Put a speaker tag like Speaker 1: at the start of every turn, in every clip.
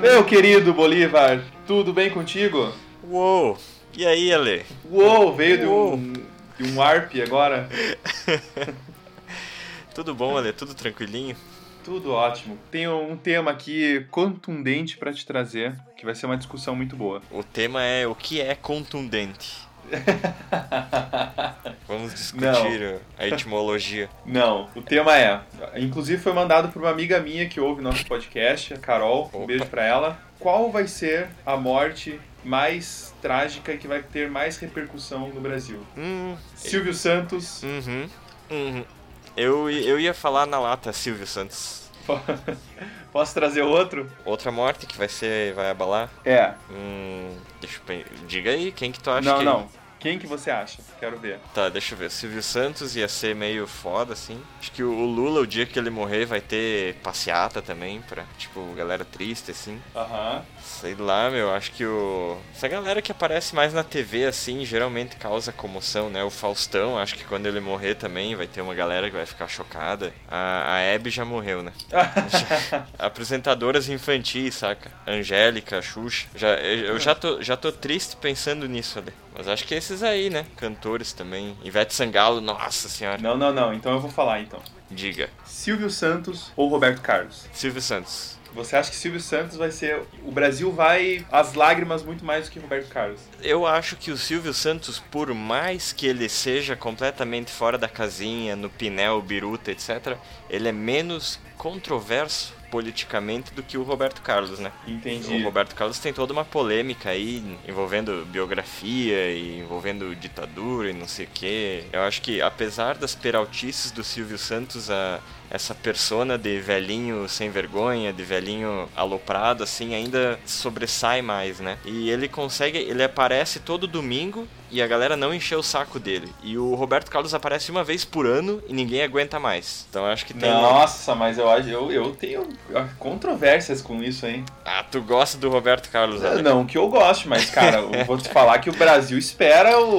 Speaker 1: Meu querido Bolívar, tudo bem contigo?
Speaker 2: Uou! E aí, Ale?
Speaker 1: Uou, veio de um, de um ARP agora.
Speaker 2: Tudo bom, Ale? Tudo tranquilinho?
Speaker 1: Tudo ótimo. Tenho um tema aqui contundente pra te trazer, que vai ser uma discussão muito boa.
Speaker 2: O tema é o que é contundente. Vamos discutir a etimologia.
Speaker 1: Não, o tema é. Inclusive foi mandado por uma amiga minha que ouve nosso podcast, a Carol. Um
Speaker 2: Opa.
Speaker 1: beijo pra ela. Qual vai ser a morte mais trágica e que vai ter mais repercussão no Brasil?
Speaker 2: Hum,
Speaker 1: Silvio Santos.
Speaker 2: uhum, uhum. Eu, eu ia falar na lata, Silvio Santos.
Speaker 1: Posso trazer outro?
Speaker 2: Outra morte que vai ser. vai abalar?
Speaker 1: É.
Speaker 2: Hum. Deixa eu pen- Diga aí, quem que tu acha
Speaker 1: não,
Speaker 2: que.
Speaker 1: não. Quem que você acha? Quero ver.
Speaker 2: Tá, deixa eu ver. Silvio Santos ia ser meio foda, assim. Acho que o o Lula, o dia que ele morrer, vai ter passeata também, pra, tipo, galera triste, assim.
Speaker 1: Aham.
Speaker 2: Sei lá, meu, acho que o. Essa galera que aparece mais na TV, assim, geralmente causa comoção, né? O Faustão, acho que quando ele morrer também vai ter uma galera que vai ficar chocada. A, a Hebe já morreu, né? Apresentadoras infantis, saca? Angélica, Xuxa. Já, eu eu já tô, já tô triste pensando nisso ali. Mas acho que esses aí, né? Cantores também. Ivete Sangalo, nossa senhora.
Speaker 1: não, não, não. Então eu vou falar então.
Speaker 2: Diga.
Speaker 1: Silvio Santos ou Roberto Carlos?
Speaker 2: Silvio Santos.
Speaker 1: Você acha que Silvio Santos vai ser. O Brasil vai às lágrimas muito mais do que Roberto Carlos?
Speaker 2: Eu acho que o Silvio Santos, por mais que ele seja completamente fora da casinha, no Pinel, Biruta, etc., ele é menos controverso politicamente do que o Roberto Carlos, né?
Speaker 1: Entendi.
Speaker 2: O Roberto Carlos tem toda uma polêmica aí envolvendo biografia e envolvendo ditadura e não sei o quê. Eu acho que apesar das peraltices do Silvio Santos, a- essa persona de velhinho sem vergonha, de velhinho aloprado, assim, ainda sobressai mais, né? E ele consegue, ele aparece todo domingo e a galera não encheu o saco dele. E o Roberto Carlos aparece uma vez por ano e ninguém aguenta mais. Então eu acho que tem.
Speaker 1: Nossa, mas eu acho. Eu, eu tenho ah, controvérsias com isso, hein?
Speaker 2: Ah, tu gosta do Roberto Carlos, né? Ale?
Speaker 1: Ah, Não que eu goste, mas, cara, eu vou te falar que o Brasil espera o,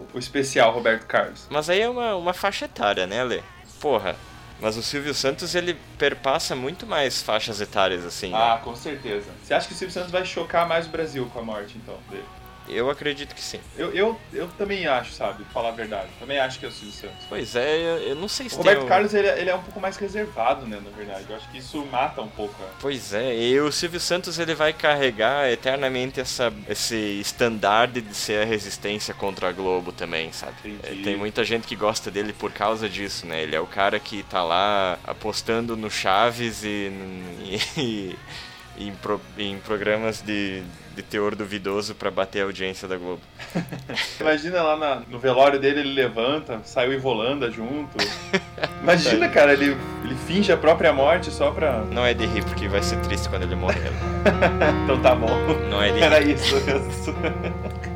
Speaker 1: o, o especial Roberto Carlos.
Speaker 2: Mas aí é uma, uma faixa etária, né, Lê? Porra. Mas o Silvio Santos, ele perpassa muito mais faixas etárias, assim. né?
Speaker 1: Ah, com certeza. Você acha que o Silvio Santos vai chocar mais o Brasil com a morte, então? dele?
Speaker 2: Eu acredito que sim.
Speaker 1: Eu, eu, eu também acho, sabe? Falar a verdade. Também acho que é o Silvio Santos.
Speaker 2: Pois é, eu, eu não sei se
Speaker 1: O Roberto
Speaker 2: tem um-
Speaker 1: Carlos, ele, ele é um pouco mais reservado, né, na verdade. Eu acho que isso mata um pouco. né?
Speaker 2: Pois é, e o Silvio Santos ele vai carregar eternamente essa, esse estandarte de ser a resistência contra a Globo também, sabe?
Speaker 1: Entendi.
Speaker 2: É, Tem muita gente que gosta dele por causa disso, né? Ele é o cara que tá lá apostando no Chaves e, e- e em, pro- em programas de, de teor duvidoso pra bater a audiência da Globo.
Speaker 1: Imagina lá na- no velório dele, ele levanta, saiu em volanda junto. Imagina, cara, ele, ele finge a própria morte só pra.
Speaker 2: Não é de rir porque vai ser triste quando ele morrer.
Speaker 1: Então tá bom.
Speaker 2: Não é de rir.
Speaker 1: Era isso. isso.
Speaker 2: É,